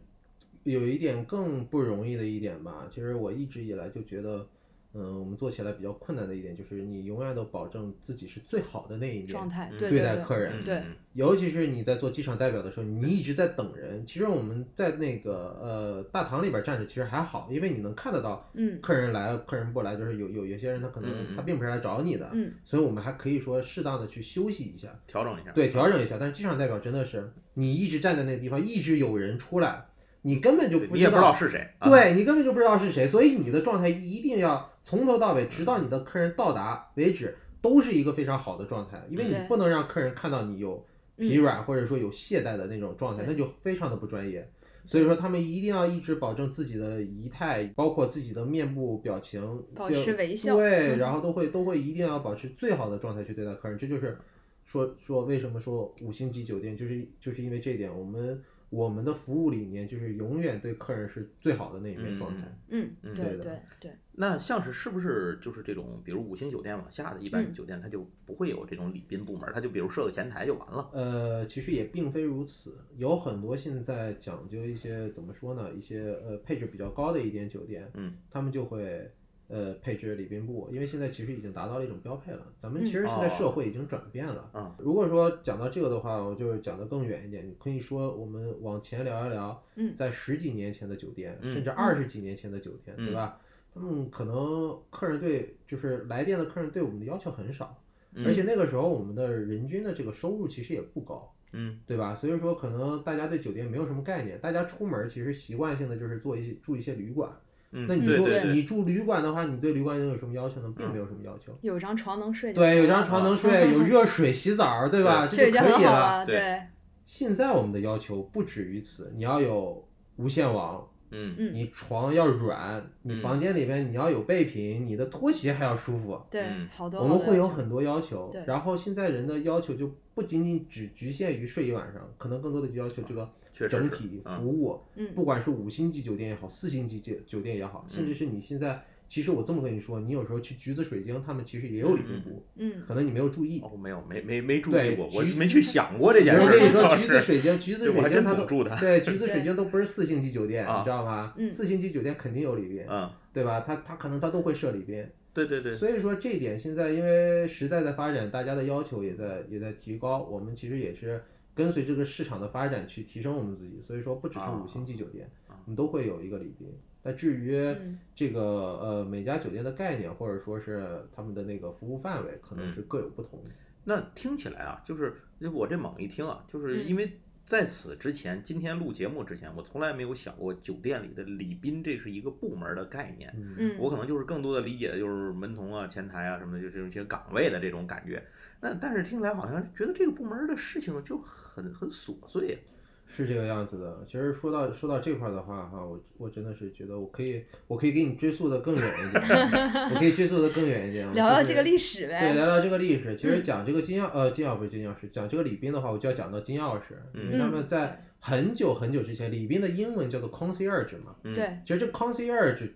S4: 有一点更不容易的一点吧。其实我一直以来就觉得，嗯，我们做起来比较困难的一点就是，你永远都保证自己是最好的那一
S2: 状
S4: 面
S2: 态
S3: 嗯
S2: 对
S4: 对待
S2: 对
S4: 客人。
S3: 嗯
S2: 对
S3: 嗯
S4: 尤其是你在做机场代表的时候，你一直在等人。其实我们在那个呃大堂里边站着，其实还好，因为你能看得到
S2: 嗯
S4: 客人来，客人不来，就是有有有些人他可
S3: 嗯
S4: 能
S3: 嗯
S4: 他并不是来找你的，
S2: 嗯，
S4: 所以我们还可以说适当的去休息一下。
S3: 调整一下，
S4: 对，调整一下。但是机场代表真的是，你一直站在那个地方，一直有人出来，你根本就
S3: 对
S4: 不
S3: 你也不
S4: 知
S3: 知道
S4: 道，
S3: 是谁，啊，
S4: 对你根本就不知道是谁，所以你的状态一定要从头到尾，直到你的客人到达为止，都是一个非常好的状态，因为你
S2: 对
S4: 不能让客人看到你有疲
S2: 嗯
S4: 软或者说有懈怠的那种状态，
S2: 对
S4: 那就非常的不专业。所以说，他们一定要一直保证自己的仪态，包括自己的面部表情，
S2: 保
S4: 对
S2: 持微笑
S4: 对，
S2: 嗯
S4: 然后都会都会一定要保持最好的状态去对待客人。这就是说说为什么说五星级酒店，就是就是因为这一点，我们我们的服务理念就是永远对客人是最好的那一面状态。
S2: 嗯，
S3: 嗯
S2: 对
S4: 对的
S2: 对对，
S3: 那像是是不是就是这种，比如五星酒店往下的一般
S2: 嗯
S3: 酒店，它就不会有这种礼宾部门，它就比如设个前台就完了。
S4: 呃，其实也并非如此，有很多现在讲究一些怎么说呢，一些呃配置比较高的一点酒店，
S3: 嗯，
S4: 他们就会呃配置礼宾部，因为现在其实已经达到了一种标配了。咱们其
S2: 嗯
S4: 实现在
S3: 哦
S4: 社会已经转变了。
S3: 嗯
S4: 如果说讲到这个的话，我就是讲得更远一点，你可以说我们往前聊一聊，
S2: 嗯
S4: 在十几年前的酒店，
S3: 嗯
S4: 甚至二十几年前的酒店，
S3: 嗯
S4: 对吧？他们可能客人对就是来电的客人对我们的要求很少，
S3: 嗯
S4: 而且那个时候我们的人均的这个收入其实也不高。
S3: 嗯
S4: 对吧？所以说，可能大家对酒店没有什么概念，大家出门其实习惯性的就是做一些住一些旅馆。
S3: 嗯，
S4: 那你
S3: 对
S4: 住
S3: 对对
S4: 你住旅馆的话，你对旅馆能有什么要求呢？并没有什么要求。
S2: 有张床能睡就
S4: 对，
S2: 行
S4: 有张
S2: 了
S4: 床能睡，有热水洗澡，对吧？
S2: 这
S4: 这
S2: 已
S4: 就
S2: 经
S4: 可
S2: 很
S4: 以
S2: 好
S4: 了。
S2: 了，
S3: 对
S2: 对，
S4: 现在我们的要求不止于此，你要有无线网，
S3: 嗯
S2: 嗯
S4: 你床要软，你
S3: 嗯
S4: 房间里面你要有备品，你的拖鞋还要舒服。
S2: 对，
S3: 嗯
S2: 好多
S4: 我
S2: 好
S4: 们
S2: 多
S4: 会有
S2: 要求
S4: 很多要求
S2: 对，
S4: 然后现在人的要求就不仅仅只局限于睡一晚上，可能更多的就要求这个
S3: 啊确实
S4: 整
S3: 是
S4: 体
S3: 嗯
S4: 服务，不
S2: 嗯
S4: 管是五星级酒店也好，四星级酒酒店也好，甚至是你现在，其实我这么跟你说，你有时候去橘子水晶，他们其实也有礼宾部，
S2: 嗯
S4: 可能你没有注意。
S3: 哦，没有，没没没注意
S4: 对
S3: 过，我
S4: 橘
S3: 没去想过这件事儿。
S4: 我跟你 说，
S3: 倒
S4: 橘子
S3: 是
S4: 水晶，橘子
S3: 对我还
S4: 水晶
S3: 真
S4: 它
S3: 怎
S4: 都
S3: 住的。
S4: 对，橘子水晶都不是四星级酒 店，
S3: 啊
S4: 你知道吗
S2: 嗯？
S4: 四星级酒店肯定有礼宾，
S3: 嗯，
S4: 对吧？它它可能它都会设礼宾，
S3: 对对对，
S4: 所以说这一点现在因为时代在发展，大家的要求也在也在提高，我们其实也是跟随这个市场的发展去提升我们自己。所以说不只是
S3: 啊
S4: 五星级酒店
S3: 啊，
S4: 我们都会有一个礼宾。那至于
S2: 嗯
S4: 这个呃每家酒店的概念或者说是他们的那个服务范围，可能
S3: 嗯
S4: 是各有不同。
S3: 那听起来啊，就是我这猛一听啊，就是
S2: 嗯
S3: 因为在此之前，今天录节目之前，我从来没有想过酒店里的礼宾这是一个部门的概念。
S4: 嗯，
S2: 嗯，
S3: 我可能就是更多的理解的就是门童啊、前台啊什么的，就是这些岗位的这种感觉。那但是听起来好像觉得这个部门的事情就很很琐碎。啊
S4: 是这个样子的。其实说到说到这块儿的话哈，我我真的是觉得我可以我可以给你追溯的更远一点，我可以追溯的更远一点。
S2: 聊聊
S4: 就是
S2: 这个历史
S4: 对，
S2: 呗，
S4: 聊聊这个 历史。其实
S2: 嗯
S4: 讲这个金钥，呃，金钥不是金钥匙，讲这个礼宾的话，我就要讲到金钥匙，因为他们
S2: 嗯
S4: 在很久很久之前，礼宾的英文叫做 concierge 嘛。
S3: 嗯，
S2: 对，
S4: 其实这 concierge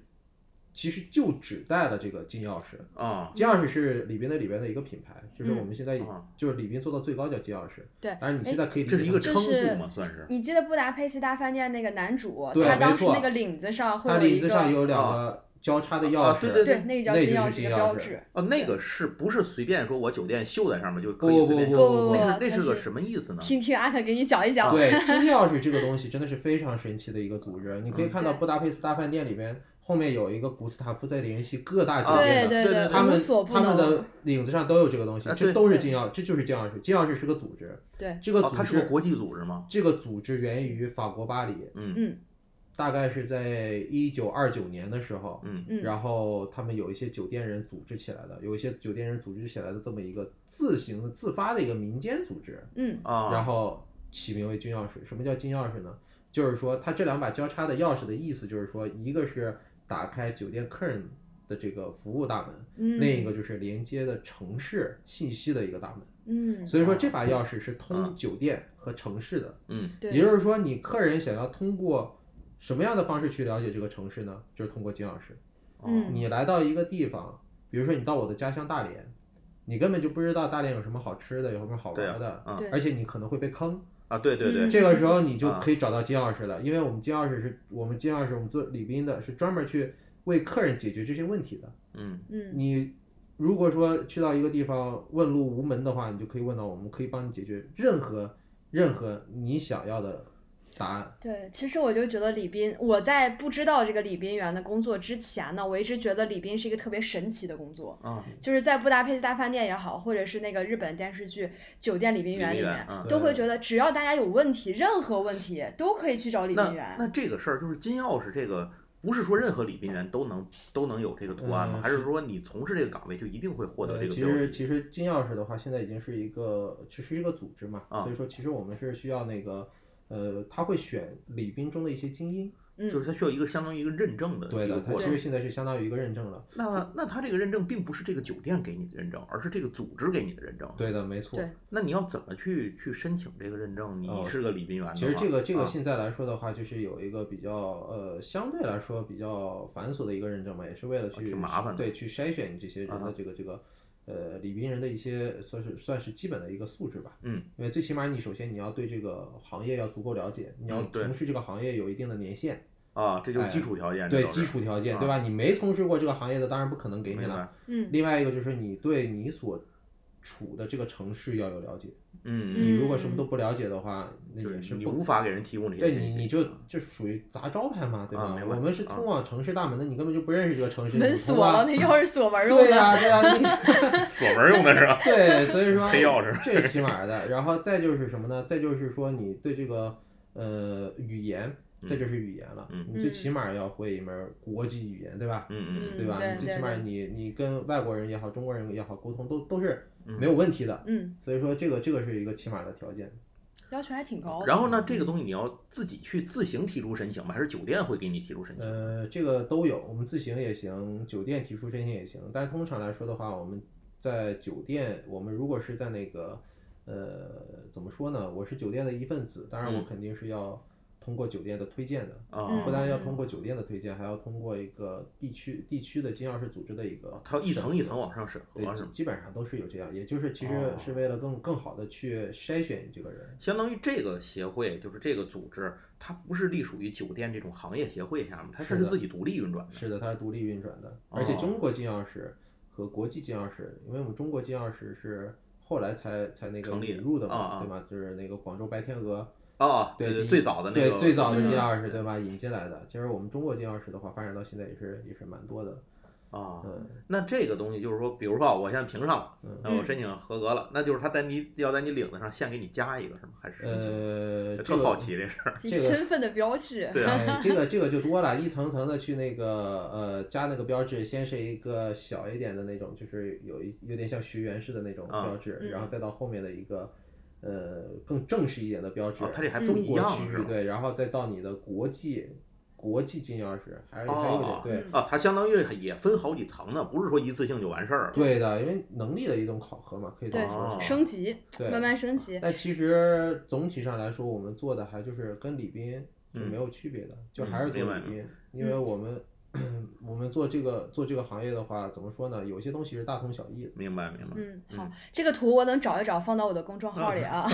S4: 其实就指代了这个金钥匙。
S3: 啊、
S4: 金钥匙是礼宾的里边的一个品牌，就是我们现在、
S3: 啊
S4: 就是礼宾做到最高叫金钥匙。
S2: 嗯哦对
S4: 但是你现在可以理解
S3: 这是一个
S4: 成
S3: 称
S2: 就是
S3: 呼嘛，算是。
S2: 你记得布达佩斯大饭店那个男主，
S4: 对
S2: 他
S4: 没
S2: 当时
S4: 错
S2: 那个领子上会
S4: 它
S2: 有一
S4: 领子上
S2: 个，
S4: 有两个交叉的钥匙，
S3: 哦啊对对
S2: 对，那个叫
S4: 那
S2: 金
S4: 就
S2: 钥
S4: 是
S2: 匙
S4: 金
S2: 的
S4: 钥
S2: 标
S4: 匙
S2: 志。
S3: 哦，那个是不是随便说我酒店绣在上面就可以
S4: 不
S3: 随
S4: 不
S3: 便
S4: 不
S3: 用？
S2: 不
S4: 不
S2: 不
S3: 那是
S2: 它是
S3: 个什么意思呢？
S2: 听听阿肯给你讲一讲，
S4: 对，金钥匙这个东西真的是非常神奇的一个组织。你可以看到
S2: 对
S4: 布达佩斯大饭店里边后面有一个古斯塔夫在联系各大酒
S3: 啊
S4: 店
S2: 对
S4: 的，
S3: 对对
S2: 对，
S4: 他
S2: 无
S4: 们
S2: 所不
S4: 他们的
S2: 能。
S4: 领子上都有这个东西
S3: 啊，对
S4: 这都是金钥，这就是金钥匙。金钥匙是个组织，
S2: 对，
S4: 这个
S3: 哦，
S4: 组
S3: 它是个
S4: 织
S3: 国际组织吗？
S4: 这个组织源于法国巴黎，
S3: 嗯
S2: 嗯
S4: 大概是在一九二九年的时候。
S3: 嗯
S2: 嗯，
S4: 然后他们有一些酒店人组织起来的，有一些酒店人组织起来的这么一个自行的自发的一个民间组织，
S2: 嗯
S3: 啊，
S4: 然后起名为金钥匙。什么叫金钥匙呢？就是说它这两把交叉的钥匙的意思，就是说一个是打开酒店客人的这个服务大门，
S2: 嗯，
S4: 另一个就是连接的城市信息的一个大门。
S2: 嗯，
S4: 所以说这把钥匙是
S3: 啊
S4: 通酒店和城市的，
S3: 嗯
S2: 对，
S4: 也就是说你客人想要通过。什么样的方式去了解这个城市呢？就是通过金钥匙。
S3: 哦
S2: 嗯
S4: 你来到一个地方，比如说你到我的家乡大连，你根本就不知道大连有什么好吃的，有什么好
S3: 对
S4: 玩
S3: 啊
S4: 的，
S3: 啊
S2: 对
S4: 而且你可能会被坑。
S3: 啊，对对对，
S4: 这个时候你
S3: 啊
S4: 就可以找到金钥匙了，因为我们金钥匙是我们金钥匙，我们做礼宾的是专门去为客人解决这些问题的。
S3: 嗯
S2: 嗯
S4: 你如果说去到一个地方问路无门的话，你就可以问到我们，可以帮你解决任何任何你想要的答案。
S2: 对，其实我就觉得李斌，我在不知道这个礼宾员的工作之前呢，我一直觉得礼宾是一个特别神奇的工作，
S3: 啊，
S2: 就是在布达佩斯大饭店也好，或者是那个日本电视剧《酒店礼宾员》里
S3: 礼宾
S2: 面
S3: 员嗯，
S2: 都会
S4: 对
S2: 觉得只要大家有问题，任何问题都可以去找礼
S3: 那
S2: 宾员。
S3: 那这个事儿就是金钥匙这个。不是说任何礼宾员都能都能有这个图案吗？
S4: 嗯
S3: 还是
S4: 是
S3: 说你从事这个岗位就一定会获得
S4: 呃，
S3: 这个
S4: 其
S3: 标
S4: 实
S3: 志？
S4: 其实金钥匙的话，现在已经是一个只是一个组织嘛，
S3: 啊
S4: 所以说其实我们是需要那个呃，他会选礼宾中的一些精英，
S3: 就是
S2: 嗯，
S3: 它需要一个相当于一个认证的
S4: 对
S3: 呃一个
S4: 的，他
S3: 过
S4: 其
S3: 程
S4: 实。现在是相当于一个认证了，
S3: 那那他这个认证并不是这个酒店给你的认证，而是这个组织给你的认证。
S4: 对的，没错。
S2: 对
S3: 那你要怎么去去申请这个认证？你
S4: 哦
S3: 是个礼宾员的话、
S4: 其实这个这个
S3: 啊
S4: 现在来说的话，就是有一个比较呃相对来说比较繁琐的一个认证嘛，也是为了去
S3: 啊挺麻烦的
S4: 对去筛选你这些人
S3: 啊
S4: 的这个这个呃礼宾人的一些算是算是基本的一个素质吧。
S3: 嗯，
S4: 因为最起码你首先你要对这个行业要足够了解，你要
S3: 嗯对
S4: 从事这个行业有一定的年限，
S3: 啊，这就是
S4: 哎
S3: 基础条件。
S4: 对
S3: 这都是
S4: 基础条件
S3: 啊
S4: 对吧？你没从事过这个行业的，当然不可能给你
S3: 明
S4: 了
S3: 白。
S2: 嗯
S4: 另外一个就是你对你所处的这个城市要有了解，
S3: 嗯，
S4: 你如果什么
S2: 嗯
S4: 都不了解的话，那
S3: 就是
S4: 也是
S3: 你
S4: 不
S3: 无法给人提供这些
S4: 对
S3: 信
S4: 你，
S3: 息。嗯
S4: 你就就属于砸招牌嘛，对吧？
S3: 啊明白
S4: 我们是通往城市大门的，你根本就不认识这个城市，你
S2: 门
S4: 不
S2: 锁
S4: 通
S2: 了，
S4: 啊
S2: 那钥匙锁门用
S4: 对
S2: 的。
S4: 呀、对呀、你
S3: 锁门用的是 吧？
S4: 对，所以说
S3: 黑钥匙
S4: 这是起码的。然后再就是什么呢？再就是说你对这个呃语言，
S3: 嗯
S4: 再就是语言了，
S3: 嗯
S4: 你最起码要会一门国际语言，对吧？
S3: 嗯嗯
S4: 对吧？
S2: 对
S4: 你最
S2: 对
S4: 起码
S2: 对
S4: 你你跟外国人也好，中国人也好，沟通都都是
S3: 嗯，
S4: 没有问题的。
S2: 嗯，
S4: 所以说这个这个是一个起码的条件。
S2: 要求还挺高的。
S3: 然后呢，这个东西你要自己去自行提出申请吗？还是酒店会给你提出申请？
S4: 呃，这个都有，我们自行也行，酒店提出申请也行。但通常来说的话，我们在酒店，我们如果是在那个，呃，怎么说呢？我是酒店的一份子，当然我
S3: 嗯
S4: 肯定是要通过酒店的推荐的，
S3: 啊
S4: 不
S2: 嗯，
S4: 但要通过酒店的推荐，还要通过一个地区地区的金钥匙组织的一个审核，
S3: 它要啊一层一层往上审核
S4: 对，
S3: 是
S4: 基
S3: 吗？
S4: 基本上都是有这样，也就是其实
S3: 哦
S4: 是为了更更好的去筛选你这个人。
S3: 相当于这个协会就是这个组织，它不是隶属于酒店这种行业协会下面，它这
S4: 是
S3: 是
S4: 的
S3: 自己独立运转的。
S4: 是的，它是独立运转的，而且
S3: 哦
S4: 中国金钥匙和国际金钥匙，因为我们中国金钥匙是后来才才那个
S3: 成立
S4: 引
S3: 的
S4: 入的
S3: 啊
S4: 嘛，
S3: 啊
S4: 对吧？就是那个广州白天鹅，
S3: 哦，
S4: 对
S3: 对，
S4: 第一
S3: 最早的那个
S4: 对最早的啊
S2: 嗯
S4: 金钥匙，对吧？引进来的。其实我们中国金钥匙的话，发展到现在也是也是蛮多的，
S3: 啊，
S4: 嗯，
S3: 那这个东西就是说，比如说啊我现在评上了，
S4: 嗯
S3: 那我申请合格了，那就是他在你要在你领子上现给你加一个是吗？还是什么情况
S4: 呃，这
S3: 特
S4: 个
S3: 好奇这事儿。
S2: 这
S4: 这个
S2: 身份的标志。
S3: 对啊，
S4: 哎，这个这个就多了，一层层的去那个呃加那个标志，先是一个小一点的那种，就是有一有点像学员式的那种
S3: 啊
S4: 标志，
S2: 嗯
S4: 然后再到后面的一个呃更正式一点的标志，
S3: 哦它这还不
S4: 中
S2: 嗯
S3: 一
S4: 国
S3: 样
S4: 区
S3: 是
S4: 域
S3: 吗
S4: 对，然后再到你的国际国际金钥匙，还是还有点
S3: 哦
S4: 对。
S2: 嗯
S3: 啊，它相当于也分好几层呢，不是说一次性就完事儿了。
S4: 对的，因为能力的一种考核嘛，可以这么
S3: 哦
S4: 说是。
S2: 升级，
S4: 对，
S2: 慢慢升级。
S4: 但其实总体上来说，我们做的还就是跟礼宾是
S3: 嗯
S4: 没有区别的，就
S3: 嗯
S4: 还是做
S3: 明白
S4: 礼
S3: 明
S4: 宾，因为我们我们做这个做这个行业的话，怎么说呢？有些东西是大同小异的。
S3: 明白明白。
S2: 嗯，好
S3: 嗯，
S2: 这个图我能找一找，放到我的公众号里 啊，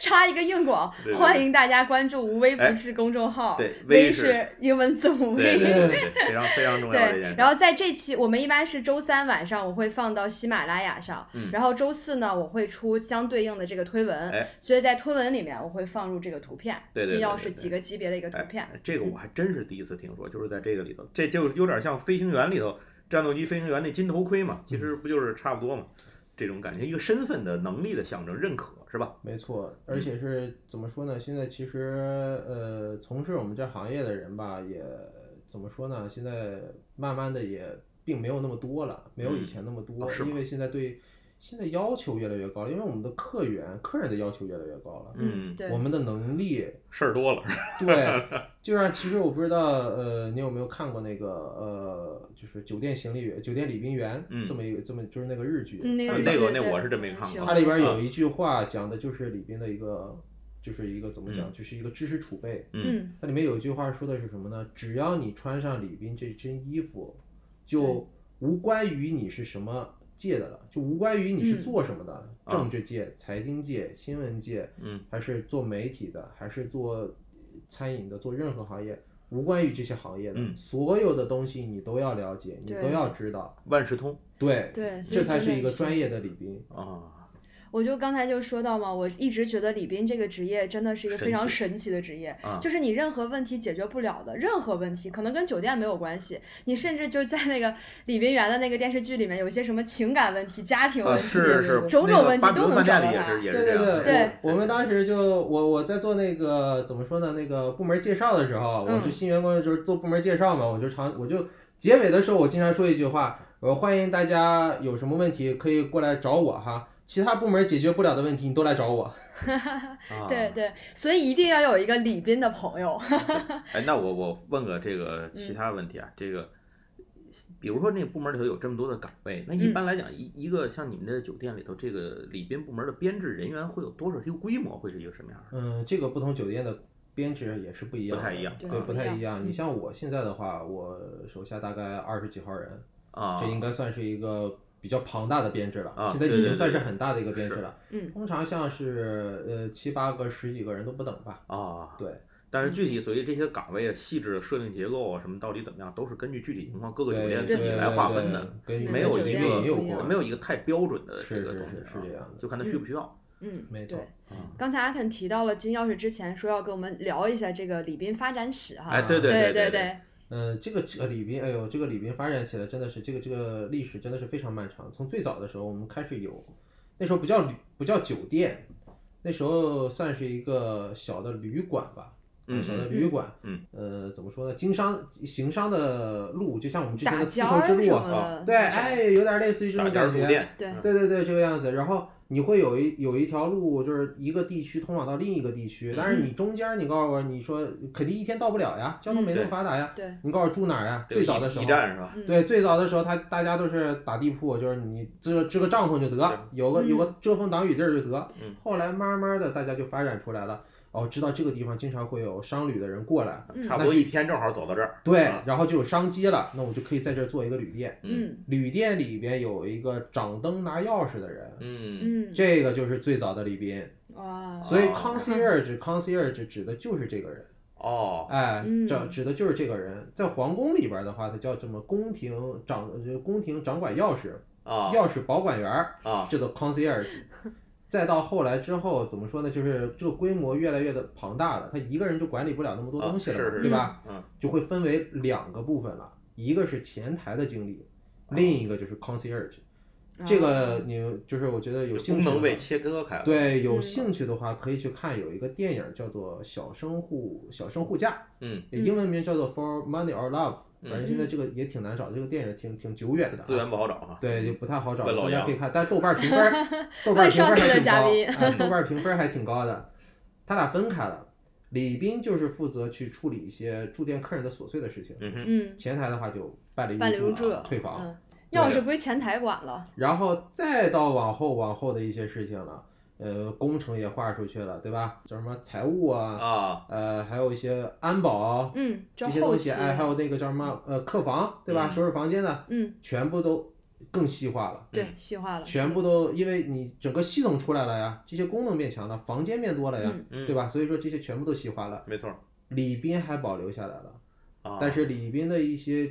S2: 插一个硬广
S3: 对，对
S2: 欢迎大家关注“无微不
S3: 哎
S2: 至”公众号，
S3: 对微
S2: 微
S3: 是
S2: 是英文字母
S3: 对对
S2: V。
S3: 对 对，非常非常重要的一
S2: 对
S3: 件事，。
S2: 然后在这期我们一般是周三晚上我会放到喜马拉雅上，
S3: 嗯
S2: 然后周四呢我会出相对应的这个推文，
S3: 哎
S2: 所以在推文里面我会放入这个图片，
S3: 对对对
S2: 金钥
S3: 对
S2: 匙
S3: 对
S2: 几个级别的一个图片，嗯
S3: 哎，这个我还真是第一次听说，就是在这个里头，这就有点像飞行员里头战斗机飞行员那金头盔嘛，其
S4: 嗯
S3: 实不就是差不多嘛，这种感觉，一个身份的能力的象征，认可是吧？
S4: 没错，而
S3: 嗯
S4: 且是怎么说呢？现在其实呃，从事我们这行业的人吧，也怎么说呢？现在慢慢的也并没有那么多了，没有以前那么多，
S3: 哦是吗
S4: 因为现在对现在要求越来越高了，因为我们的客源、客人的要求越来越高了，
S3: 嗯
S2: 对，
S4: 我们的能力
S3: 事儿多了，
S4: 对，就像其实我不知道，呃，你有没有看过那个呃，就是酒店行李员、酒店礼宾员、
S3: 嗯
S4: 这么一个这么就是那个日剧，
S2: 嗯，那个
S3: 啊
S2: 对
S3: 那个
S2: 对
S3: 那
S2: 对
S3: 我是真没看
S2: 嗯是
S3: 过
S4: 它里边有一句话讲的就是里边的一个，就是一个怎么讲，
S3: 嗯
S4: 就是一个知识储备。
S3: 嗯，
S2: 嗯，
S4: 它里面有一句话说的是什么呢？只要你穿上礼宾这身衣服，就无关于你是什么界的了，就无关于你是
S2: 嗯
S4: 做什么的，
S3: 啊
S4: 政治界、财经界、新闻界，
S3: 嗯，
S4: 还是做媒体的，还是做餐饮的，做任何行业。无关于这些行业的、
S3: 嗯
S4: 所有的东西，你都要了解，你
S2: 对
S4: 都要知道，
S3: 万事通
S4: 对，
S2: 对，所以
S4: 这才
S2: 真
S4: 是
S2: 的
S4: 一个专业的礼宾。
S3: 啊，
S2: 我就刚才就说到嘛，我一直觉得礼宾这个职业真的是一个非常神奇的职业，
S3: 啊
S2: 就是你任何问题解决不了的，任何问题可能跟酒店没有关系，你甚至就在那个礼宾员的那个电视剧里面，有一些什么情感问题、家庭
S3: 啊
S2: 问题，
S3: 是是，
S2: 种种问题
S3: 那个
S2: 都能
S3: 巴比伦饭
S2: 找
S3: 店里
S2: 到
S3: 也
S2: 它
S3: 是也是
S4: 对
S3: 这
S4: 对
S3: 样的，
S2: 对
S4: 我我们当时就我我在做那个怎么说呢？那个部门介绍的时候，我
S2: 嗯
S4: 就新员工就是做部门介绍嘛，我就常我就结尾的时候，我经常说一句话，我说欢迎大家有什么问题可以过来找我哈，其他部门解决不了的问题你都来找我。
S3: 啊
S2: 对对，所以一定要有一个礼宾的朋友。
S3: 哎，那我我问个这个
S2: 嗯
S3: 其他问题啊，这个，比如说那部门里头有这么多的岗位，那一
S2: 嗯
S3: 般来讲，一、一个像你们的酒店里头，这个礼宾部门的编制人员会有多少？这个规模会是一个什么样的？
S4: 嗯，这个不同酒店的编制也是不一样的，
S3: 不太一样
S4: 对，
S2: 对
S4: 不太
S2: 不
S4: 一
S2: 一样
S4: 样。你
S2: 嗯
S4: 像我现在的话，我手下大概二十几号人，
S3: 啊，
S4: 这应该算是一个比较庞大的编制了，
S3: 啊
S4: 现在
S3: 对
S4: 已经
S3: 对
S4: 算是
S3: 对
S4: 很大的一个编
S3: 是
S4: 制了。
S2: 嗯
S4: 通常像是呃七八个、十几个人都不等吧。
S3: 啊，
S4: 对，
S3: 但是
S2: 嗯
S3: 具体所以这些岗位啊、细致的设定结构啊，什么到底怎么样，都是根据具体情况各个酒店自
S4: 对
S3: 己
S4: 对
S3: 来划分的，，
S4: 对
S2: 嗯
S4: 对跟
S2: 每
S3: 没有
S2: 个酒
S3: 一
S4: 里
S2: 店
S4: 面也
S3: 个
S2: 不
S4: 没有
S2: 一
S4: 过
S2: 样
S3: 没有一个太标准的这
S4: 是
S3: 个
S4: 是
S3: 东西
S4: 是是这样
S3: 啊
S4: 的
S3: 就看他需不需要。
S2: 嗯，
S4: 没错
S2: 对。
S3: 啊
S2: 刚才阿肯提到了金钥匙之前说要跟我们聊一下这个礼宾发展史哈。
S3: 哎，对
S4: 对
S2: 对
S3: 对
S2: 对，
S4: 嗯，这个这个礼宾，哎呦，这个礼宾发展起来真的是这个这个历史真的是非常漫长。从最早的时候，我们开始有，那时候不叫旅，不叫酒店，那时候算是一个小的旅馆吧，呃
S3: 嗯
S4: 小的旅馆，
S3: 嗯，
S4: 呃，怎么说呢？经商行商的路，就像我们之前
S2: 打
S4: 的丝
S2: 尖
S4: 绸
S2: 儿什
S4: 之路，
S2: 么
S4: 啊，
S2: 的。
S4: 对，哎，有点类似于这
S3: 大
S4: 种
S3: 家
S4: 感
S3: 住
S4: 觉，
S3: 店，
S2: 对
S3: 嗯
S4: 对对对，这个样子。然后你会有一有一条路，就是一个地区通往到另一个地区，但是你中间儿你告诉我，你说肯定一天到不了呀，交通没那么
S3: 嗯嗯
S4: 发达呀。
S2: 对，
S4: 你告诉我住哪儿呀？
S3: 这个
S4: 最早
S3: 驿
S4: 的时候
S3: 驿，站是吧？
S2: 嗯
S4: 对，最早的时候，他大家都是打地铺，就是你支支个帐篷就
S3: 对
S4: 得，有个有
S2: 嗯
S4: 个遮风挡雨地儿就得
S3: 嗯。
S4: 后来慢慢的，大家就发展出来了。哦，知道这个地方经常会有商旅的人过来，
S2: 嗯
S3: 差不
S4: 那
S3: 多
S4: 就
S3: 一天正好走到这儿。
S4: 对
S3: 啊，
S4: 然后就有商机了，那我就可以在这儿做一个旅店。
S2: 嗯
S4: 旅店里边有一个掌灯拿钥匙的人，
S3: 嗯，
S2: 嗯，
S4: 这个就是最早的礼宾。
S2: 哇，
S4: 所以
S3: 哦
S4: concierge concierge 指的就是这个人，
S3: 哦，
S4: 哎
S2: 嗯，
S4: 这指的就是这个人。在皇宫里边的话，它叫什么宫廷掌呃宫廷掌管钥匙，
S3: 啊
S4: 钥匙保管员儿，
S3: 啊，
S4: 这个 concierge。再到后来之后，怎么说呢？就是这个规模越来越的庞大了，他一个人就管理不了那么多
S3: 啊
S4: 东西了嘛，
S3: 是是
S4: 对吧？
S3: 嗯
S4: 就会分为两个部分了，一个是前台的经理，
S3: 哦
S4: 另一个就是 concierge。这个你就是我觉得有兴
S3: 功
S4: 趣的
S3: 能被
S4: 话
S3: 切割开了。
S4: 对，有
S2: 嗯
S4: 兴趣的话可以去看，有一个电影叫做《小生护小生护驾》，
S3: 嗯，
S4: 英文名叫做《For Money or Love》，反正现在
S2: 嗯
S4: 这个也挺难找，这个电影挺挺久远的、
S3: 资源
S4: 啊。
S3: 不好找哈。
S4: 对，就不太好找，
S3: 问老
S4: 大家
S3: 杨
S4: 可以看，但豆瓣评分儿， 豆瓣
S2: 问
S4: 评分
S2: 上
S4: 儿
S2: 期
S4: 还
S2: 的
S4: 挺
S2: 嘉
S4: 高，
S2: 宾
S4: 哎，豆瓣评分儿还挺高的。他俩分开了，李斌就是负责去处理一些住店客人的琐碎的事情，
S3: 嗯哼，
S2: 嗯，
S4: 前台的话就办理
S2: 办理入
S4: 住
S2: 住嗯
S4: 了，退房，
S2: 嗯，钥匙归前台管了。
S4: 然后再到往后往后的一些事情了。呃，工程也划出去了，对吧？叫什么财务啊，
S3: 啊，
S4: 呃，还有一些安保
S2: 嗯，就
S4: 这些
S2: 后
S4: 东
S2: 期，
S4: 西，哎，还有那个叫什么呃客房，对吧？
S3: 嗯
S4: 收拾房间的，
S2: 嗯，
S4: 全部都更细化了。
S2: 对，细化了，
S4: 嗯全部都因为你整个系统出来了呀，这些功能变强了，房间变多了呀，
S2: 嗯
S3: 嗯
S4: 对吧？所以说这些全部都细化了。
S3: 没错儿
S4: 礼宾还保留下来了，
S3: 啊，
S4: 但是礼宾的一些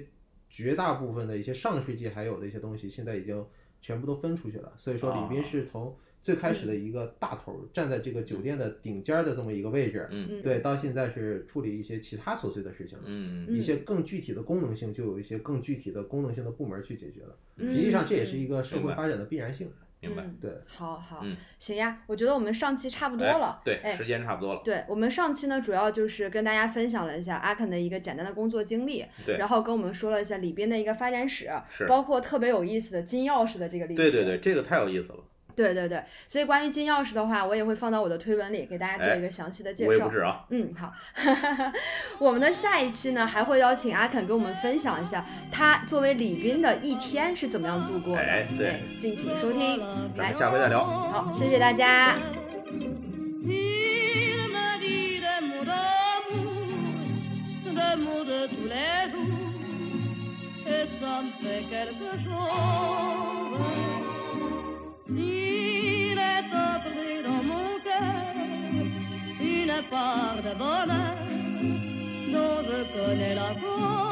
S4: 绝大部分的一些上世纪还有的一些东西，现在已经全部都分出去了。所以说礼
S3: 啊
S4: 宾是从最开始的
S3: 嗯
S4: 一个大头儿站在这个酒店的顶尖儿的这么一个位置，
S3: 嗯
S2: 嗯
S4: 对，到现在是处理一些其他琐碎的事情了。
S3: 嗯
S2: 嗯
S4: 一些更具体的功能性，就有一些更具体的功能性的部门去解决了。
S2: 嗯
S4: 实际上，这也是一个社
S3: 明
S4: 会
S3: 白
S4: 发展的必然性。
S3: 明白
S2: 嗯
S4: 对，
S2: 好好
S3: 嗯，
S2: 行呀，我觉得我们上期差不多
S3: 哎
S2: 了。
S3: 对，
S2: 哎
S3: 时间差不多了，
S2: 对我们上期呢，主要就是跟大家分享了一下阿肯的一个简单的工作经历，
S3: 对
S2: 然后跟我们说了一下里边的一个发展史，
S3: 是，
S2: 包括特别有意思的金钥匙的这个历史。
S3: 对对对，这个太有意思了，
S2: 对对对所以关于金钥匙的话，我也会放到我的推文里给大家做
S3: 哎
S2: 一个详细的介
S3: 无微
S2: 绍。
S3: 不至啊，
S2: 嗯，好。 我们的下一期呢，还会邀请阿肯跟我们分享一下他作为礼宾的一天是怎么样度过的。
S3: 哎对嗯
S2: 敬请收听。
S3: 咱们下回再聊。
S2: 好，谢谢大家。
S1: Il me dit des mots d'amour, des mots de tous les jours, et ça me fait quelque chose. Il est entré dans mon cœur une part de bonheur dont je connais la cause.